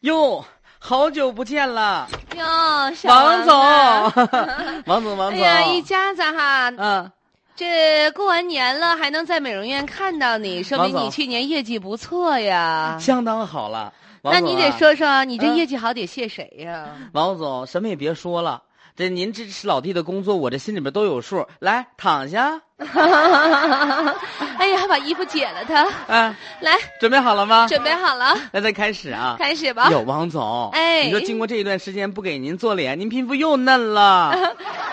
哟，好久不见了，哟，小王总，啊 王总，王哎总，呀，一家子哈，嗯，这过完年了还能在美容院看到你，说明王你总去年业绩不错呀。相当好了。王那总你啊得，说说，你这嗯业绩好得谢谁呀？王总，什么也别说了，这您支持老弟的工作，我这心里边都有数。来，躺 下，啊哎呀，把衣服解 了它，哎，来，准备好了吗？准备好了，那再开始啊。开始吧。有王总，哎你说经过这一段时间不给您做脸，您皮肤又嫩了。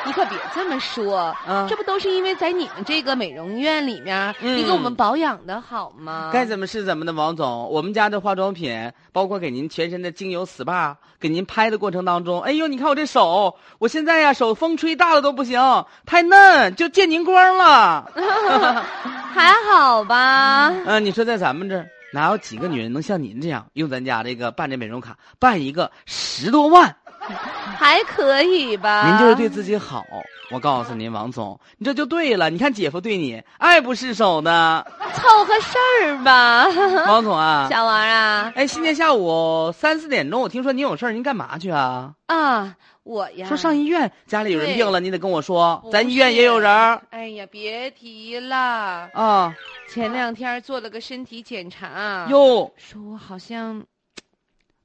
你可别这么说，嗯这不都是因为在你们这个美容院里面，嗯你给我们保养的好吗？该怎么是怎么的，王总，我们家的化妆品，包括给您全身的精油 SPA，给您拍的过程当中，哎呦，你看我这手，我现在呀手风吹大了都不行，太嫩，就见您光了。 还好吧？嗯、你说在咱们这儿哪有几个女人能像您这样用咱家这个办这美容卡办一个十多万？还可以吧？您就是对自己好，我告诉您，王总，你这就对了。你看姐夫对你爱不释手呢，凑合事儿吧，王总啊。小王啊哎，今天下午三四点钟，我听说您有事儿，您干嘛去啊？啊，我呀，说上医院，家里有人对病了，你得跟我说不，咱医院也有人儿哎呀，别提了，啊。前两天做了个身体检查，哟，说我好像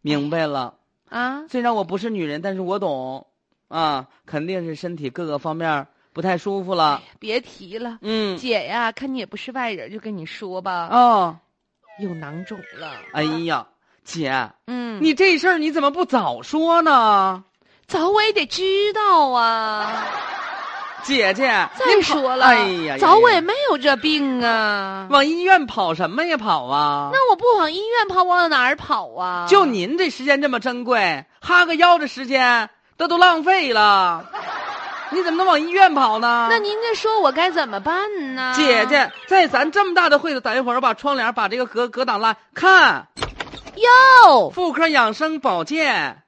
明白了。啊，虽然我不是女人，但是我懂啊，肯定是身体各个方面儿不太舒服了。别提了，嗯，哎姐呀，看你也不是外人，就跟你说吧，哦，有囊肿了，哎呀，姐，嗯，你这事儿你怎么不早说呢？早我也得知道啊，姐姐，再您跑说了，哎呀，早我呀也呀没有这病啊，往医院跑什么呀跑啊？那我不往医院跑，往哪儿跑啊？就您这时间这么珍贵，哈个腰的时间这都浪费了，你怎么能往医院跑呢？那您这说我该怎么办呢？啊姐姐在咱这么大的会子，等一会儿我把窗帘把这个隔隔挡拉。看，哟，妇科养生保健、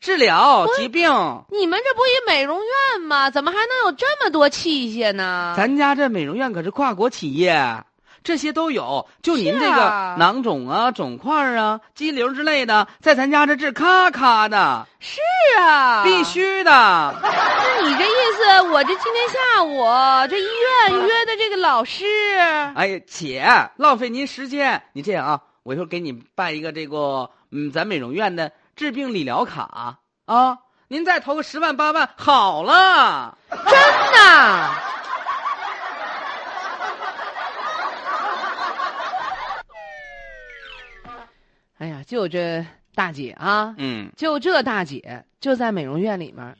治哎疗疾病，你们这不一美容院吗？怎么还能有这么多器械呢？咱家这美容院可是跨国企业。这些都有，就您这是个啊囊肿啊、肿块啊、肌瘤之类的，在咱家这治咔咔的，是啊，必。须的。那你这意思，我这今天下午这医嗯院约的这个老师， 哎呀，姐，浪费您时间。你这样啊，我一会儿给你办一个这个，嗯，咱美容院的治病理疗卡啊。您再投个十万八万，好了。真的哎呀，就这大姐啊，嗯，哎啊就这大姐就在美容院里面